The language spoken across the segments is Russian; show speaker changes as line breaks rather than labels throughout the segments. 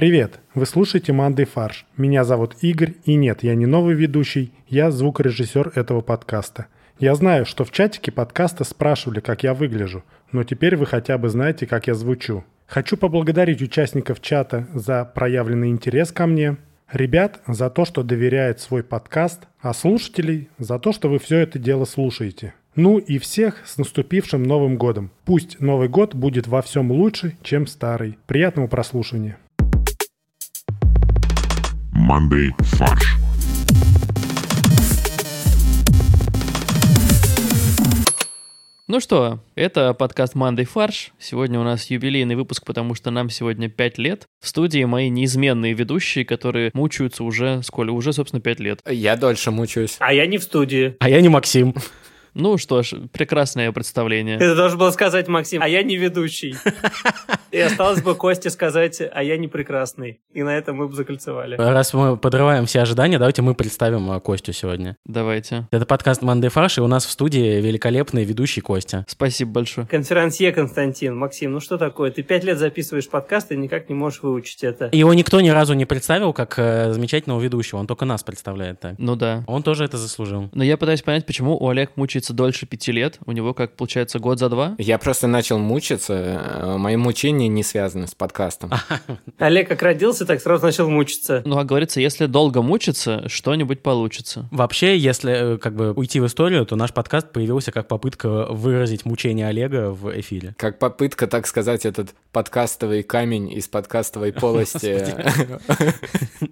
Привет! Вы слушаете «Манды фарш». Меня зовут Игорь, и нет, я не новый ведущий, я звукорежиссер этого подкаста. Я знаю, что в чатике подкаста спрашивали, как я выгляжу, но теперь вы хотя бы знаете, как я звучу. Хочу поблагодарить участников чата за проявленный интерес ко мне, ребят за то, что доверяет свой подкаст, а слушателей за то, что вы все это дело слушаете. Ну и всех с наступившим Новым годом. Пусть Новый год будет во всем лучше, чем старый. Приятного прослушивания.
Monday Fudge.
Ну что, это подкаст «Мандай фарш». Сегодня у нас юбилейный выпуск, потому что нам сегодня 5 лет. В студии мои неизменные ведущие, которые мучаются уже, сколь, уже, собственно, 5 лет.
Я дольше мучаюсь.
А я не в студии.
А я не Максим.
Ну что ж, прекрасное представление.
Ты должен был сказать, Максим, а я не ведущий. И осталось бы Косте сказать, а я не прекрасный. И на этом мы бы закольцевали.
Раз мы подрываем все ожидания, давайте мы представим а, Костю сегодня.
Давайте.
Это подкаст «Манды Фарш», и у нас в студии великолепный ведущий Костя.
Спасибо большое.
Конферансье Константин. Максим, ну что такое? Ты пять лет записываешь подкаст и никак не можешь выучить это.
Его никто ни разу не представил как э, замечательного ведущего, он только нас представляет так.
Ну да.
Он тоже это заслужил.
Но я пытаюсь понять, почему у Олег мучается дольше пяти лет. У него, как получается, год за два.
Я просто начал мучиться. э, Мои мучения не связаны с подкастом.
А.
Олег как родился, так сразу начал мучиться.
Ну, как говорится, если долго мучиться, что-нибудь получится.
Вообще, если э, как бы уйти в историю, то наш подкаст появился как попытка выразить мучение Олега в эфире.
Как попытка, так сказать, этот подкастовый камень из подкастовой полости э,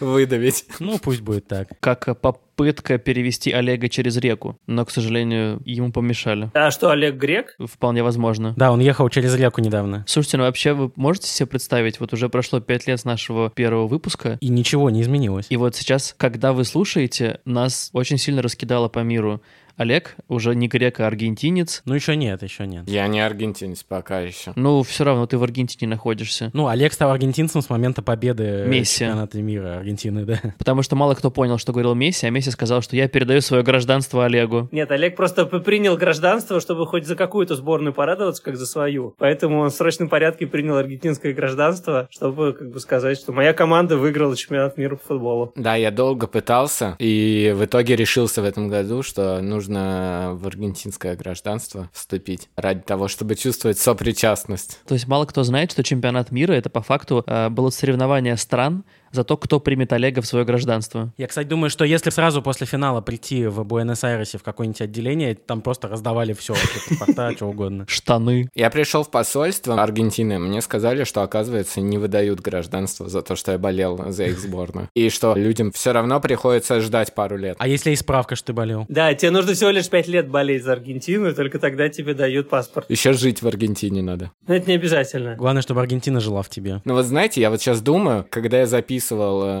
выдавить.
Ну, пусть будет так.
Как попытка перевести Олега через реку. Но, к сожалению, ему помешали.
А что, Олег грек?
Вполне возможно.
Да, он ехал через реку недавно.
Слушайте, ну вообще вы можете себе представить, вот уже прошло 5 лет с нашего первого выпуска,
И ничего не изменилось.
и вот сейчас, когда вы слушаете, нас очень сильно раскидало по миру. Олег уже не грек, а аргентинец.
Ну, еще нет, еще нет.
Я не аргентинец пока еще.
Ну, все равно ты в Аргентине находишься.
Ну, Олег стал аргентинцем с момента победы
Месси.
чемпионата мира Аргентины, да.
Потому что мало кто понял, что говорил Месси, а Месси сказал, что я передаю свое гражданство Олегу.
Нет, Олег просто п- принял гражданство, чтобы хоть за какую-то сборную порадоваться, как за свою. Поэтому он в срочном порядке принял аргентинское гражданство, чтобы как бы сказать, что моя команда выиграла чемпионат мира по футболу.
Да, я долго пытался и в итоге решился в этом году, что нужно в аргентинское гражданство вступить ради того, чтобы чувствовать сопричастность.
То есть мало кто знает, что чемпионат мира это по факту э, было соревнование стран за то, кто примет Олега в свое гражданство.
Я, кстати, думаю, что если сразу после финала прийти в Буэнос-Айресе в какое-нибудь отделение, там просто раздавали все, паспорта, что угодно.
Штаны.
Я пришел в посольство Аргентины, мне сказали, что, оказывается, не выдают гражданство за то, что я болел за их сборную. И что людям все равно приходится ждать пару лет.
А если и справка, что ты болел?
Да, тебе нужно всего лишь пять лет болеть за Аргентину, и только тогда тебе дают паспорт.
Еще жить в Аргентине надо.
Но это не обязательно.
Главное, чтобы Аргентина жила в тебе.
Ну вот знаете, я вот сейчас думаю, когда я записывал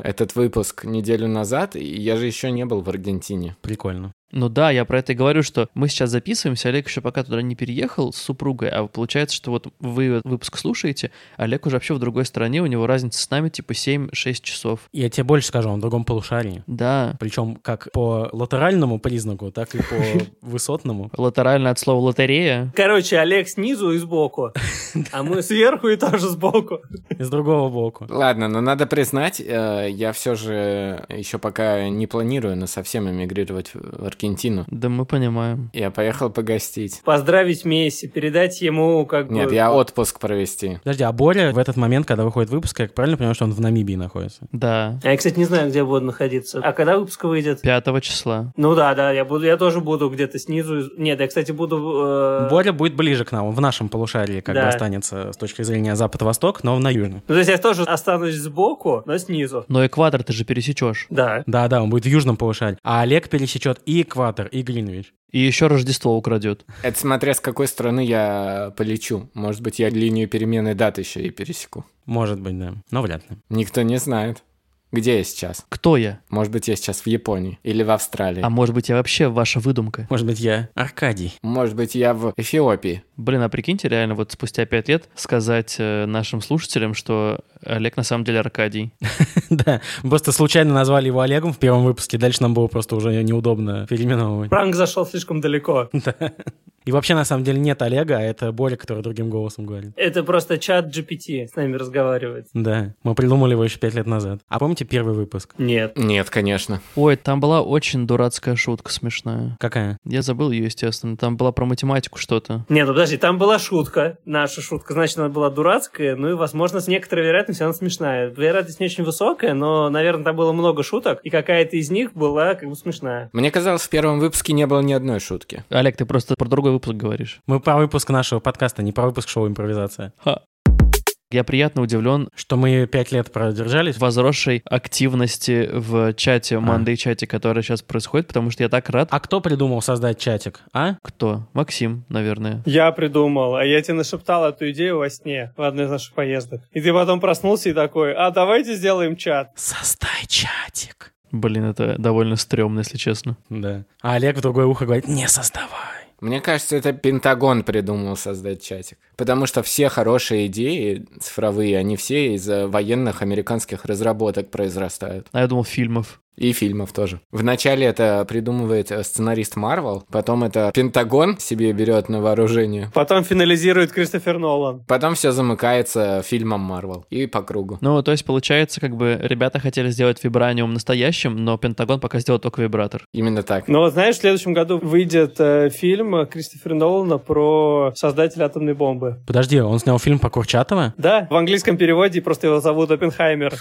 э, этот выпуск неделю назад, и я же еще не был в Аргентине.
Прикольно.
Ну да, я про это и говорю, что мы сейчас записываемся, Олег еще пока туда не переехал с супругой, а получается, что вот вы этот выпуск слушаете, Олег уже вообще в другой стране, у него разница с нами типа 7-6 часов.
Я тебе больше скажу, он в другом полушарии.
Да,
Причем как по латеральному признаку, так и по высотному.
латерально от слова лотерея.
Короче, Олег снизу и сбоку, а мы сверху и тоже сбоку.
Из другого боку.
Ладно, но надо признать, э, я все же еще пока не планирую на совсем эмигрировать в Аргентину.
Да мы понимаем.
Я поехал погостить.
Поздравить Месси, передать ему как бы...
Нет, я отпуск провести.
Подожди, а Боря в этот момент, когда выходит выпуск, я правильно понимаю, что он в Намибии находится?
Да,
А я, кстати, не знаю, где буду находиться. А когда выпуск выйдет?
5 числа.
Ну да, да, я буду, я тоже буду где-то снизу. и- Нет, я, кстати, буду... э,
Боря будет ближе к нам, он в нашем полушарии как бы
Да.
останется с точки зрения запад-восток, но он на южном.
Ну, то есть я тоже останусь сбоку, но снизу.
Но экватор ты же пересечешь.
Да.
Да, да, он будет в южном полушарии. А Олег пересечет и экватор, и Гринвич.
И еще Рождество украдет.
Это смотря с какой стороны я полечу. Может быть, я линию перемены дат еще и пересеку.
Может быть, да. Но вряд ли.
Никто не знает. Где я сейчас?
Кто я?
Может быть, я сейчас в Японии или в Австралии.
А может быть, я вообще ваша выдумка?
Может быть, я Аркадий.
Может быть, я в Эфиопии.
Блин, а прикиньте, реально, вот спустя пять лет сказать э, нашим слушателям, что Олег на самом деле Аркадий.
Да, мы просто случайно назвали его Олегом в первом выпуске, дальше нам было просто уже неудобно переименовывать.
Пранк зашел слишком далеко.
И вообще, на самом деле, нет Олега, а это Боря, который другим голосом говорит.
Это просто чат GPT с нами разговаривает.
Да, мы придумали его еще пять лет назад. А помните первый выпуск?
Нет.
Нет, конечно.
Ой, там была очень дурацкая шутка смешная.
Какая?
Я забыл ее, естественно. Там была про математику что-то.
Нет, ну подожди, там была шутка, наша шутка, значит, она была дурацкая, ну и, возможно, с некоторой вероятностью она смешная. Вероятность не очень высокая, но, наверное, там было много шуток, и какая-то из них была как бы смешная.
Мне казалось, в первом выпуске не было ни одной шутки.
Олег, ты просто про другой выпуск говоришь.
Мы про выпуск нашего подкаста, не про выпуск шоу «Импровизация».
Ха. Я приятно удивлен
Что мы пять лет продержались.
возросшей активности в чате, Мандей-чате, который сейчас происходит, потому что я так рад.
А кто придумал создать чатик, а?
Кто? Максим, наверное.
Я придумал, а я тебе нашептал эту идею во сне в одной из наших поездок. И ты потом проснулся и такой, а давайте сделаем чат.
Создай чатик.
Блин, это довольно стрёмно, если честно.
Да. А Олег в другое ухо говорит, не создавай.
Мне кажется, это Пентагон придумал создать чатик. Потому что все хорошие идеи цифровые, они все из э, военных американских разработок произрастают.
А я думал, фильмов.
И фильмов тоже. Вначале это придумывает э, сценарист Марвел, потом это Пентагон себе берет на вооружение.
Потом финализирует Кристофер Нолан.
Потом все замыкается фильмом Марвел. И по кругу.
Ну, то есть, получается, как бы ребята хотели сделать вибраниум настоящим, но Пентагон пока сделал только вибратор.
Именно так.
Но Ну вот знаешь, в следующем году выйдет э, фильм э, Кристофера Нолана про создателя атомной бомбы.
Подожди, он снял фильм по Курчатова?
Да, в английском переводе просто его зовут Оппенхаймер.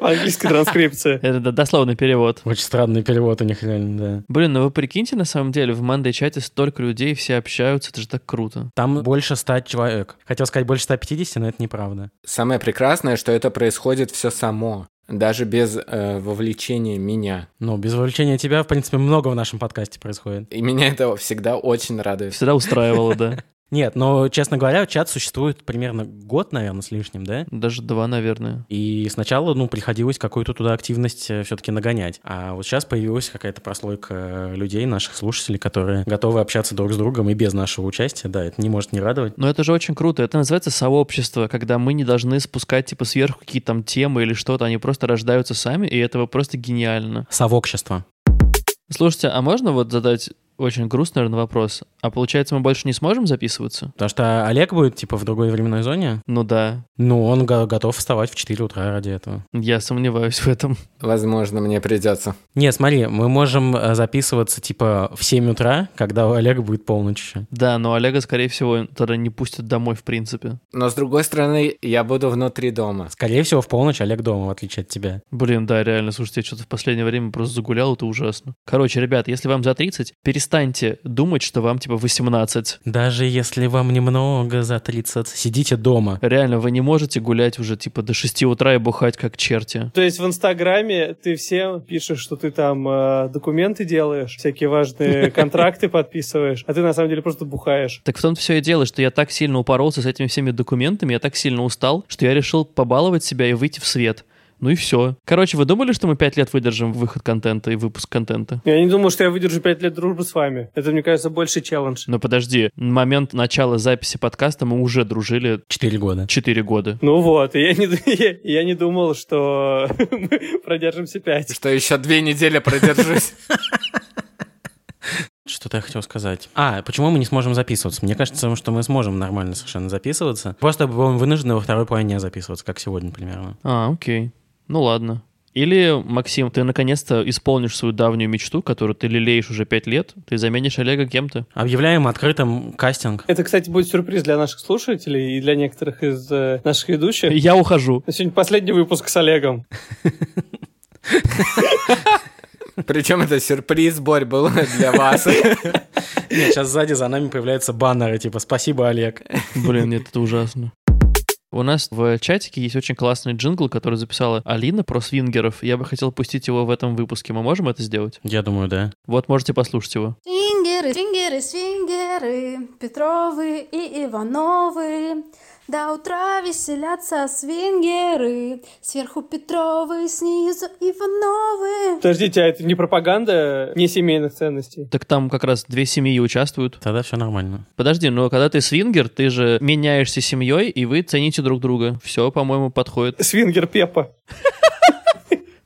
В английской транскрипции.
Это д- дословный перевод.
Очень странный перевод у них реально, да.
Блин, ну вы прикиньте, на самом деле, в Мандей-чате столько людей, все общаются, это же так круто.
Там больше ста человек. Хотел сказать больше 150, но это неправда.
Самое прекрасное, что это происходит все само. Даже без э, вовлечения меня.
Ну, без вовлечения тебя, в принципе, много в нашем подкасте происходит.
И меня это всегда очень радует.
Всегда устраивало, да.
Нет, но, честно говоря, чат существует примерно год, наверное, с лишним, да?
Даже два, наверное.
И сначала, ну, приходилось какую-то туда активность все-таки нагонять. А вот сейчас появилась какая-то прослойка э, людей, наших слушателей, которые готовы общаться друг с другом и без нашего участия. Да, это не может не радовать.
Но это же очень круто. Это называется сообщество, когда мы не должны спускать типа сверху какие-то там темы или что-то. Они просто рождаются сами, и этого просто гениально.
Совокщество.
Слушайте, а можно вот задать очень грустный, наверное, вопрос? А получается, мы больше не сможем записываться?
Потому что Олег будет, типа, в другой временной зоне.
Ну да,
Ну, он го- готов вставать в 4 утра ради этого.
я сомневаюсь в этом.
Возможно, мне придется.
Не, смотри, мы можем э, записываться, типа, в 7 утра, когда у Олега будет полночь еще.
Да, но Олега, скорее всего, тогда не пустят домой, в принципе.
Но с другой стороны, я буду внутри дома.
Скорее всего, в полночь Олег дома, в отличие от тебя.
Блин, да, реально, слушайте, я что-то в последнее время просто загулял, это ужасно. Короче, ребят, если вам за 30, перестаньте думать, что вам типа 18.
Даже если вам немного за 30, сидите дома.
Реально, вы не можете гулять уже типа до 6 утра и бухать как черти.
То есть в Инстаграме ты всем пишешь, что ты там э, документы делаешь, всякие важные контракты подписываешь, а ты на самом деле просто бухаешь.
Так в том-то все и дело, что я так сильно упоролся с этими всеми документами, я так сильно устал, что я решил побаловать себя и выйти в свет. Ну и все. Короче, вы думали, что мы пять лет выдержим выход контента и выпуск контента?
Я не думал, что я выдержу пять лет дружбы с вами. Это, мне кажется, больше челлендж.
Но подожди, на момент начала записи подкаста мы уже дружили
4 года.
4 года.
Ну вот, и я не, ду- я, я не думал, что мы продержимся пять.
Что еще две недели продержусь.
Что-то я хотел сказать. А, почему мы не сможем записываться? Мне кажется, что мы сможем нормально совершенно записываться. Просто будем вынуждены во второй половине дня записываться, как сегодня примерно.
А, окей. Ну ладно. Или, Максим, ты наконец-то исполнишь свою давнюю мечту, которую ты лелеешь уже пять лет, ты заменишь Олега кем-то.
Объявляем открытым кастинг.
Это, кстати, будет сюрприз для наших слушателей и для некоторых из э, наших ведущих.
Я ухожу.
Сегодня последний выпуск с Олегом.
Причем это сюрприз, Борь, был для вас.
Нет, сейчас сзади за нами появляются баннеры, типа «Спасибо, Олег».
Блин, нет, это ужасно. У нас в чатике есть очень классный джингл, который записала Алина про свингеров. Я бы хотел пустить его в этом выпуске. Мы можем это сделать?
Я думаю, да.
Вот, можете послушать его.
Свингеры, свингеры, свингеры, Петровы и Ивановы. До утра веселятся свингеры, сверху Петровы, снизу Ивановы.
Подождите, а это не пропаганда не семейных ценностей?
Так там как раз две семьи участвуют.
Тогда все нормально.
Подожди, но когда ты свингер, ты же меняешься семьей, и вы цените друг друга. Все, по-моему, подходит.
Свингер Пепа.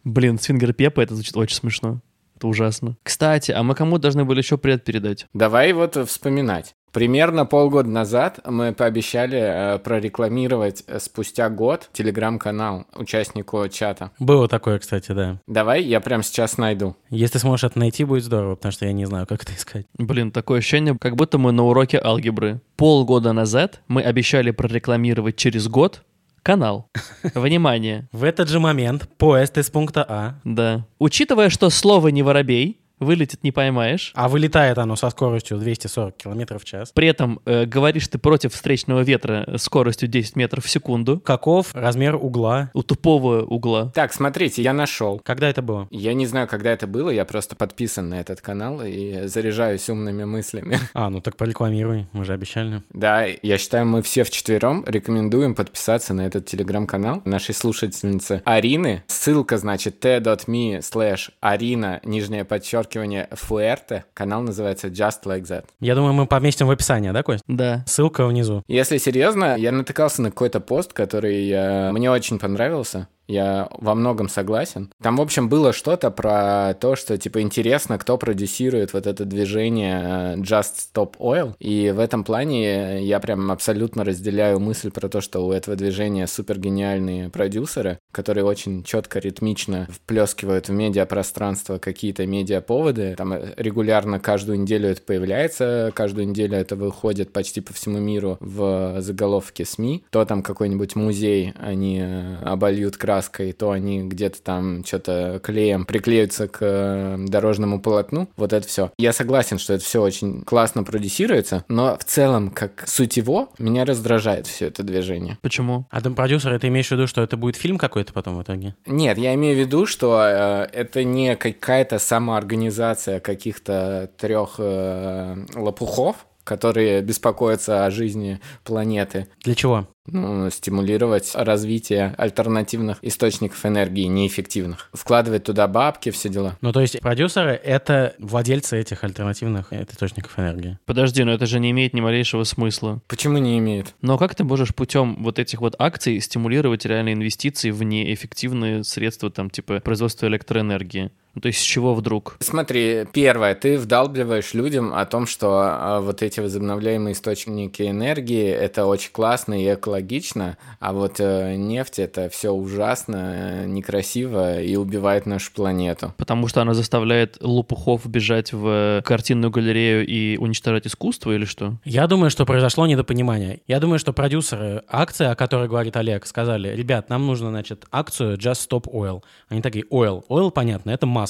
Блин, свингер Пепа, это звучит очень смешно. Это ужасно. Кстати, а мы кому должны были еще привет передать?
Давай вот э, вспоминать. Примерно полгода назад мы пообещали э, прорекламировать э, спустя год телеграм-канал участнику чата.
Было такое, кстати, да.
Давай я прямо сейчас найду.
Если сможешь это найти, будет здорово, потому что я не знаю, как это искать.
Блин, такое ощущение, как будто мы на уроке алгебры. Полгода назад мы обещали прорекламировать через год канал. Внимание.
В этот же момент поезд из пункта А,
Да. Учитывая, что слово не воробей, вылетит не поймаешь.
а вылетает оно со скоростью 240 км в час.
При этом э, говоришь ты против встречного ветра э, скоростью 10 метров в секунду.
Каков размер угла?
У тупого угла.
Так, смотрите, я нашел.
Когда это было?
Я не знаю, когда это было, я просто подписан на этот канал и заряжаюсь умными мыслями.
А, ну так порекламируй, мы же обещали.
Да, я считаю, мы все вчетвером рекомендуем подписаться на этот телеграм-канал нашей слушательницы Арины. Ссылка, значит, t.me slash Арина, нижнее подчеркивание, фуэрте. Канал называется Just Like That.
Я думаю, мы поместим в описании, да, Кость?
Да.
Ссылка внизу.
Если серьезно, я натыкался на какой-то пост, который э, мне очень понравился. Я во многом согласен. Там, в общем, было что-то про то, что, типа, интересно, кто продюсирует вот это движение э, Just Stop Oil. И в этом плане э, я прям абсолютно разделяю мысль про то, что у этого движения супер гениальные продюсеры, которые очень четко, ритмично вплескивают в медиапространство какие-то медиаповоды. Там э, регулярно каждую неделю это появляется, каждую неделю это выходит почти по всему миру в заголовке СМИ. То там какой-нибудь музей они э, обольют краской, то они где-то там что-то клеем приклеются к э, дорожному полотну. Вот это все. Я согласен, что это все очень классно продюсируется, но в целом, как суть его, меня раздражает все это движение.
Почему?
А там продюсеры, ты имеешь в виду, что это будет фильм какой-то потом в итоге?
Нет, я имею в виду, что э, это не какая-то самоорганизация каких-то трех э, лопухов, которые беспокоятся о жизни планеты.
Для чего?
Ну, стимулировать развитие альтернативных источников энергии, неэффективных. Вкладывать туда бабки, все дела.
Ну, то есть продюсеры — это владельцы этих альтернативных э, источников энергии.
Подожди, но это же не имеет ни малейшего смысла.
Почему не имеет?
Но как ты можешь путем вот этих вот акций стимулировать реальные инвестиции в неэффективные средства, там, типа, производства электроэнергии? Ну, то есть с чего вдруг?
Смотри, первое, ты вдалбливаешь людям о том, что а, вот эти возобновляемые источники энергии это очень классно и экологично, а вот э, нефть это все ужасно, э, некрасиво и убивает нашу планету.
Потому что она заставляет лопухов бежать в э, картинную галерею и уничтожать искусство или что?
Я думаю, что произошло недопонимание. Я думаю, что продюсеры акции, о которой говорит Олег, сказали, ребят, нам нужно, значит, акцию Just Stop Oil. Они такие, oil. Oil, понятно, это масло.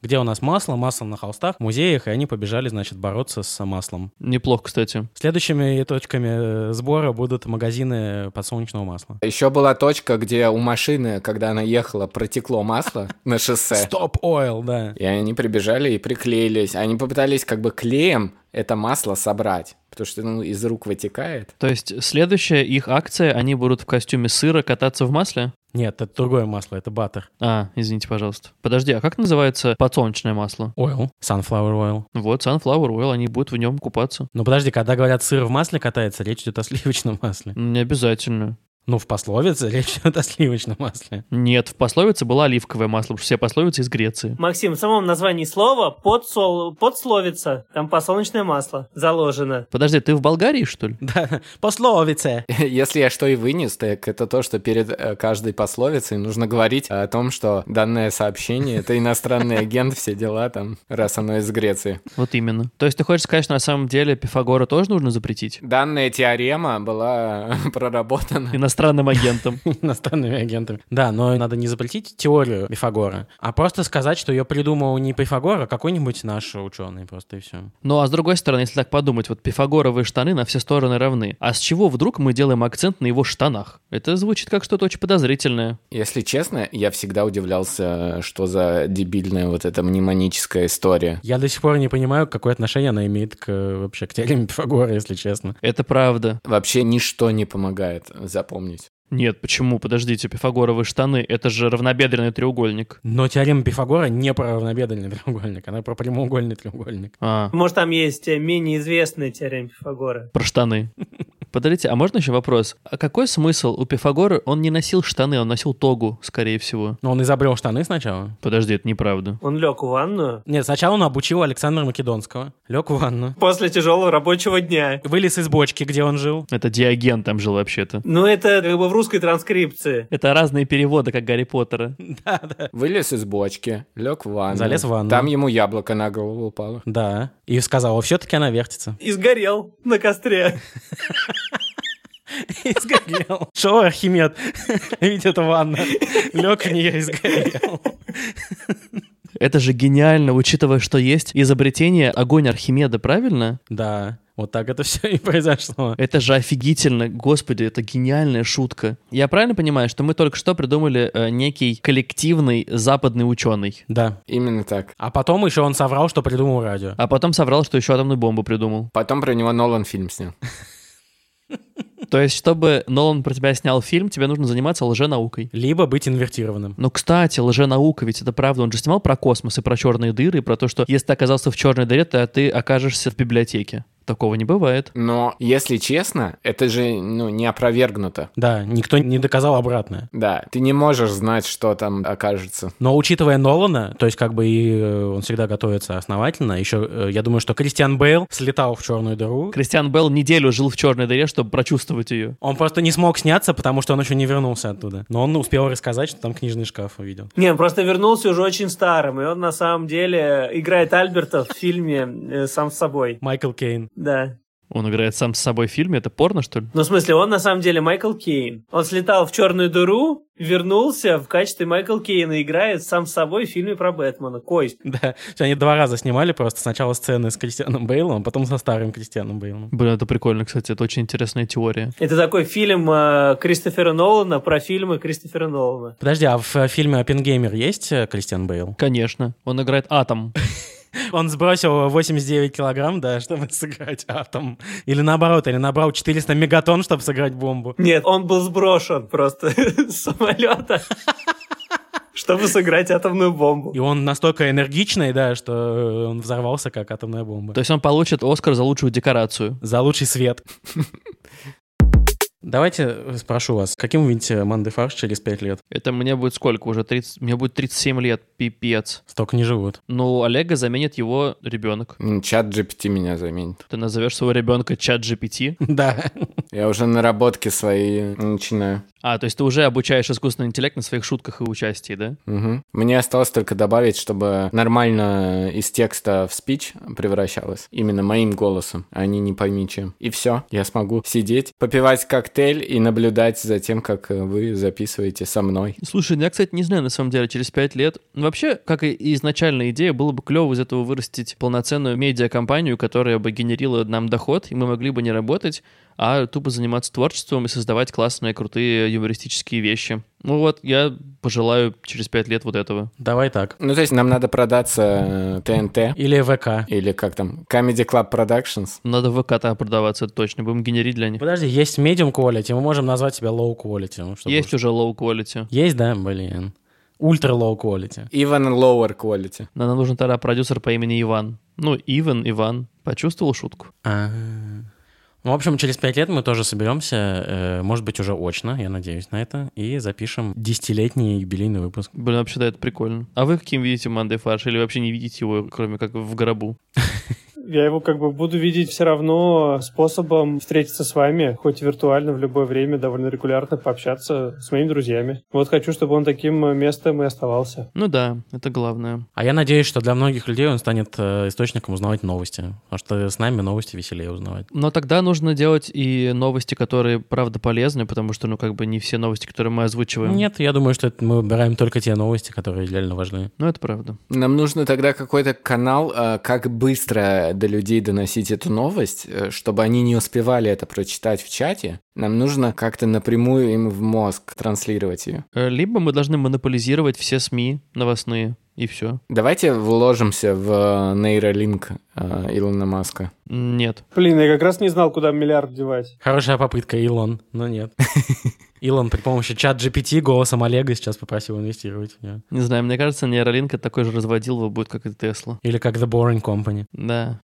Где у нас масло? Масло на холстах, в музеях, и они побежали, значит, бороться с маслом.
Неплохо, кстати.
Следующими точками э, сбора будут магазины подсолнечного масла.
Еще была точка, где у машины, когда она ехала, протекло масло на шоссе.
Stop Oil, да.
И они прибежали и приклеились. Они попытались как бы клеем это масло собрать, потому что ну, из рук вытекает.
То есть следующая их акция, они будут в костюме сыра кататься в масле?
Нет, это другое масло, это баттер.
А, извините, пожалуйста. Подожди, а как называется подсолнечное масло?
Oil, sunflower oil.
Вот, sunflower oil, они будут в нем купаться.
Ну подожди, когда говорят сыр в масле катается, речь идет о сливочном масле.
Не обязательно.
Ну, в пословице речь идет о сливочном масле.
Нет, в пословице было оливковое масло, потому что все пословицы из Греции.
Максим, в самом названии слова подсол... подсловица, там подсолнечное масло заложено.
Подожди, ты в Болгарии, что ли?
Да, пословице.
Если я что и вынес, так это то, что перед э, каждой пословицей нужно говорить о том, что данное сообщение — это иностранный агент, все дела там, раз оно из Греции.
Вот именно. То есть ты хочешь сказать, что на самом деле Пифагора тоже нужно запретить?
Данная теорема была э, проработана
иностранным агентом.
иностранными агентами. Да, но надо не запретить теорию Пифагора, а просто сказать, что ее придумал не Пифагор, а какой-нибудь наш ученый просто и все.
Ну а с другой стороны, если так подумать, вот пифагоровые штаны на все стороны равны. А с чего вдруг мы делаем акцент на его штанах? Это звучит как что-то очень подозрительное.
Если честно, я всегда удивлялся, что за дебильная вот эта мнемоническая история.
Я до сих пор не понимаю, какое отношение она имеет к, э, вообще к теореме Пифагора, если честно.
Это правда.
Вообще ничто не помогает запомнить.
Нет, почему? Подождите, пифагоровые штаны — это же равнобедренный треугольник.
Но теорема Пифагора не про равнобедренный треугольник, она про прямоугольный треугольник.
А,
Может, там есть э, менее известная теорема Пифагора.
про штаны. Подождите, а можно еще вопрос? А какой смысл? У Пифагора он не носил штаны, он носил тогу, скорее всего.
Но он изобрел штаны сначала.
Подожди, это неправда.
Он лег в ванную
Нет, сначала он обучил Александра Македонского. Лег в ванну.
после тяжелого рабочего дня.
Вылез из бочки, где он жил.
Это Диоген там жил вообще-то.
Ну, это как бы в русской транскрипции.
Это разные переводы, как Гарри Поттера.
Вылез из бочки, лег в ванну.
Залез в ванну.
Там ему яблоко на голову упало.
Да. И сказал, все-таки она вертится.
И сгорел на костре.
И сгорел. Шел Архимед. Видит это ванна. Лег в нее и сгорел.
Это же гениально, учитывая, что есть изобретение огонь Архимеда, правильно?
Да. Вот так это все и произошло.
Это же офигительно, господи, это гениальная шутка. Я правильно понимаю, что мы только что придумали э, некий коллективный западный ученый,
Да.
Именно так.
А потом еще он соврал, что придумал радио.
а потом соврал, что еще атомную бомбу придумал.
Потом про него Нолан фильм снял.
То есть, чтобы Нолан про тебя снял фильм, тебе нужно заниматься лженаукой.
Либо быть инвертированным.
Ну, кстати, лженаука, ведь это правда. Он же снимал про космос и про черные дыры, и про то, что если ты оказался в черной дыре, то ты окажешься в библиотеке. Такого не бывает.
Но, если честно, это же ну, не опровергнуто.
Да, никто не доказал обратное.
Да, ты не можешь знать, что там окажется.
Но учитывая Нолана, то есть как бы и э, он всегда готовится основательно, еще э, я думаю, что Кристиан Бейл слетал в черную дыру.
Кристиан Белл неделю жил в черной дыре, чтобы прочувствовать ее.
Он просто не смог сняться, потому что он еще не вернулся оттуда. Но он успел рассказать, что там книжный шкаф увидел.
Не, он просто вернулся уже очень старым, и он на самом деле играет Альберта в фильме э, «Сам с собой».
Майкл Кейн.
Да.
Он играет сам с собой в фильме. Это порно, что ли?
Ну, в смысле, он на самом деле Майкл Кейн. Он слетал в черную дыру, вернулся в качестве Майкл Кейна, и играет сам с собой в фильме про Бэтмена. Кость.
Да, То есть они два раза снимали просто. Сначала сцены с Кристианом Бейлом, а потом со старым Кристианом Бейлом.
Блин, это прикольно, кстати. Это очень интересная теория.
Это такой фильм э, Кристофера Нолана про фильмы Кристофера Нолана.
Подожди, а в э, фильме «Оппенгеймер» есть э, Кристиан Бейл?
Конечно. Он играет атом.
Он сбросил 89 килограмм, да, чтобы сыграть атом. Или наоборот, или набрал 400 мегатонн, чтобы сыграть бомбу.
Нет, он был сброшен просто с самолета, чтобы сыграть атомную бомбу.
И он настолько энергичный, да, что э, он взорвался, как атомная бомба.
То есть он получит Оскар за лучшую декорацию.
За лучший свет. Давайте э, спрошу вас, каким вы видите Манды Фарш через 5 лет?
Это мне будет сколько уже? 30... Мне будет 37 лет. Пипец.
Столько не живут.
Ну, Олега заменит его ребенок.
М, Чат GPT меня заменит.
Ты назовешь своего ребенка чат GPT.
Да.
Я уже наработки свои начинаю.
А, то есть ты уже обучаешь искусственный интеллект на своих шутках и участии, да?
Мгм. Мне осталось только добавить, чтобы нормально из текста в спич превращалось. Именно моим голосом, а не не пойми чем. И все, я смогу сидеть, попивать коктейль и наблюдать за тем, как э, вы записываете со мной.
Слушай, ну я, кстати, не знаю, на самом деле, через пять лет. Ну, Вообще, как и изначальная идея, было бы клево из этого вырастить полноценную медиакомпанию, которая бы генерила нам доход, и мы могли бы не работать, а тупо заниматься творчеством и создавать классные, крутые юмористические вещи. Ну вот, я пожелаю через пять лет вот этого.
Давай так.
Ну, то есть нам надо продаться э, ТНТ
Или ВК.
или как там, Comedy Club Productions.
Надо в ВК-то продаваться, это точно. Будем генерить для них.
Подожди, есть medium quality, мы можем назвать себя low quality. ну, чтобы
Есть
уж-
уже low quality.
Есть, да, блин. Ультра low quality.
Even lower quality.
Но Нам нужен тогда продюсер по имени Иван. Ну, Иван, Иван. Почувствовал шутку?
А. Ну, в общем, через пять лет мы тоже соберемся, э, может быть, уже очно, я надеюсь на это, и запишем десятилетний юбилейный выпуск.
Блин, вообще, да, это прикольно. А вы каким видите Мандай Фарш? Или вообще не видите его, кроме как в гробу?
Я его как бы буду видеть все равно способом встретиться с вами, хоть виртуально, в любое время, довольно регулярно пообщаться с моими друзьями. Вот хочу, чтобы он таким местом и оставался.
Ну да, это главное.
А я надеюсь, что для многих людей он станет э, источником узнавать новости. Потому что с нами новости веселее узнавать.
Но тогда нужно делать и новости, которые, правда, полезны, потому что, ну, как бы не все новости, которые мы озвучиваем.
Нет, я думаю, что это мы выбираем только те новости, которые реально важны.
Ну, это правда.
Нам нужно тогда какой-то канал, э, как быстро до людей доносить эту новость, э, чтобы они не успевали это прочитать в чате. Нам нужно как-то напрямую им в мозг транслировать ее.
Э, Либо мы должны монополизировать все СМИ новостные, и все.
Давайте вложимся в нейролинк э, Илона Маска.
Нет.
Блин, я как раз не знал, куда миллиард девать.
Хорошая попытка, Илон, но нет. Илон при помощи чат GPT голосом Олега сейчас попросил инвестировать в неё.
Не знаю, мне кажется, нейролинк это такой же разводил его будет, как и Тесла.
Или как The Boring Company.
Да.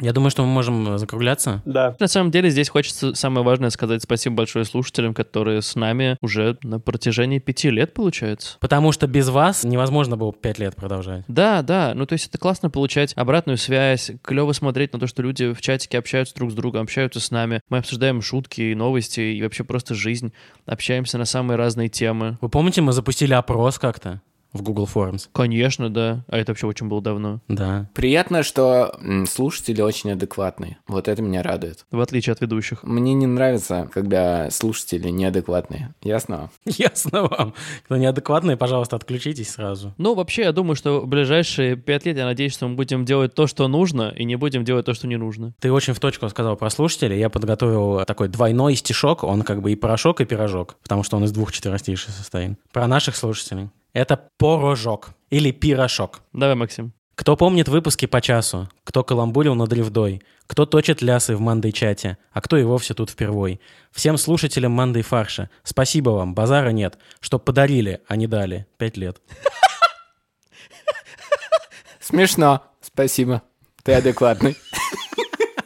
Я думаю, что мы можем э, закругляться.
Да.
На самом деле здесь хочется самое важное сказать спасибо большое слушателям, которые с нами уже на протяжении пяти лет, получается.
Потому что без вас невозможно было пять лет продолжать.
Да, да, ну то есть это классно получать обратную связь, клево смотреть на то, что люди в чатике общаются друг с другом, общаются с нами, мы обсуждаем шутки и новости и вообще просто жизнь, общаемся на самые разные темы.
Вы помните, мы запустили опрос как-то в Google Forms?
Конечно, да, а это вообще очень было давно.
Да.
Приятно, что м, слушатели очень адекватные. Вот это меня радует.
В отличие от ведущих.
Мне не нравится, когда слушатели неадекватные. Ясно?
Ясно вам. Кто неадекватный, пожалуйста, отключитесь сразу.
Ну, вообще, я думаю, что в ближайшие пять лет, я надеюсь, что мы будем делать то, что нужно, и не будем делать то, что не нужно.
Ты очень в точку сказал про слушателей. Я подготовил такой двойной стишок. Он как бы и порошок, и пирожок. Потому что он из двух четверостишек состоит. Про наших слушателей. Это порожок или пирожок.
Давай, Максим.
Кто помнит выпуски по часу? Кто каламбурил над ревдой? Кто точит лясы в Мандой-чате? А кто и вовсе тут впервой? Всем слушателям Мандой Фарша, спасибо вам, базара нет, что подарили, а не дали. Пять лет.
Смешно. Спасибо. Ты адекватный.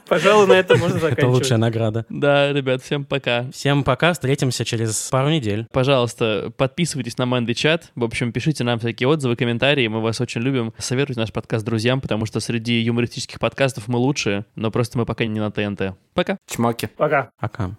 Пожалуй, на этом можно
Это
заканчивать.
лучшая награда.
Да, ребят, всем пока.
Всем пока, встретимся через пару недель.
Пожалуйста, подписывайтесь на Манды Чат. В общем, пишите нам всякие отзывы, комментарии. Мы вас очень любим. Советуйте наш подкаст друзьям, потому что среди юмористических подкастов мы лучшие, но просто мы пока не на ТНТ. Пока.
Чмоки.
Пока.
Пока.